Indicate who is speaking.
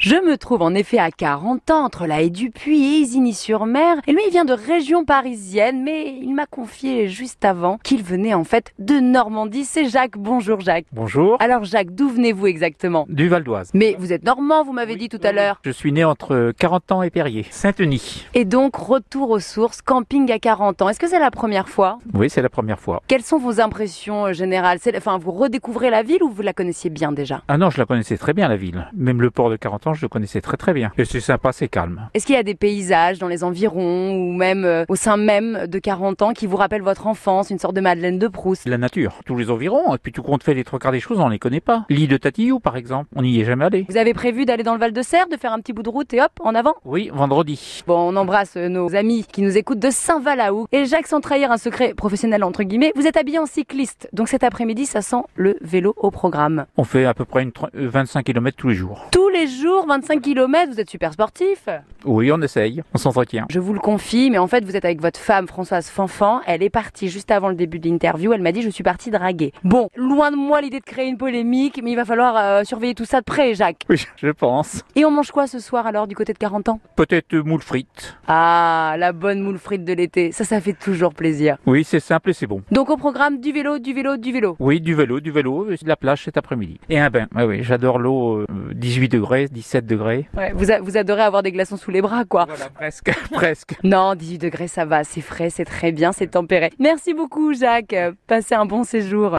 Speaker 1: Je me trouve en effet à 40 ans entre la haie du Puy et Isigny-sur-Mer. Et lui, il vient de région parisienne, mais il m'a confié juste avant qu'il venait en fait de Normandie. C'est Jacques. Bonjour Jacques.
Speaker 2: Bonjour.
Speaker 1: Alors Jacques, d'où venez-vous exactement
Speaker 2: Du Val d'Oise.
Speaker 1: Mais vous êtes normand, vous m'avez
Speaker 2: Oui,
Speaker 1: dit tout
Speaker 2: oui,
Speaker 1: à
Speaker 2: oui.
Speaker 1: l'heure.
Speaker 2: Je suis né entre 40 ans et Perrier. Saint-Denis.
Speaker 1: Et donc, retour aux sources, camping à 40 ans. Est-ce que c'est la première fois
Speaker 2: Oui, c'est la première fois.
Speaker 1: Quelles sont vos impressions euh, générales C'est- Enfin, vous redécouvrez la ville ou vous la connaissiez bien déjà
Speaker 2: Ah non, je la connaissais très bien la ville. Même le port de 40 ans, je le connaissais très très bien. Et c'est sympa, c'est calme.
Speaker 1: Est-ce qu'il y a des paysages dans les environs ou même euh, au sein même de 40 ans qui vous rappellent votre enfance, une sorte de Madeleine de Proust
Speaker 2: C'est La nature, tous les environs, et puis tout compte fait, les trois quarts des choses, on les connaît pas. L'île de Tatillou, par exemple, on n'y est jamais allé.
Speaker 1: Vous avez prévu d'aller dans le Val de Serre, de faire un petit bout de route et hop, en avant
Speaker 2: Oui, vendredi.
Speaker 1: Bon, on embrasse euh, nos amis qui nous écoutent de Saint-Valaou. Et Jacques, sans trahir un secret professionnel entre guillemets, vous êtes habillé en cycliste. Donc cet après-midi, ça sent le vélo au programme.
Speaker 2: On fait à peu près une tr- euh, 25 km tous les jours.
Speaker 1: Tous les jours, 25 km, vous êtes super sportif.
Speaker 2: Oui, on essaye, on s'entretient.
Speaker 1: Je vous le confie, mais en fait, vous êtes avec votre femme, Françoise Fanfan. Elle est partie juste avant le début de l'interview. Elle m'a dit, je suis partie draguer. Bon, loin de moi l'idée de créer une polémique, mais il va falloir euh, surveiller tout ça de près, Jacques.
Speaker 2: Oui, je pense.
Speaker 1: Et on mange quoi ce soir alors du côté de 40 ans
Speaker 2: Peut-être euh, moules frites.
Speaker 1: Ah, la bonne moule frite de l'été. Ça, ça fait toujours plaisir.
Speaker 2: Oui, c'est simple et c'est bon.
Speaker 1: Donc au programme du vélo, du vélo, du vélo.
Speaker 2: Oui, du vélo, du vélo, et de la plage cet après-midi. Et un bain, Ah oui, oui, j'adore l'eau, euh, 18 degrés, 17 degrés.
Speaker 1: Ouais, vous, a- vous adorez avoir des glaçons sous les bras, quoi.
Speaker 2: Voilà, presque, presque.
Speaker 1: Non, 18 degrés, ça va. C'est frais, c'est très bien, c'est tempéré. Merci beaucoup, Jacques. Passez un bon séjour.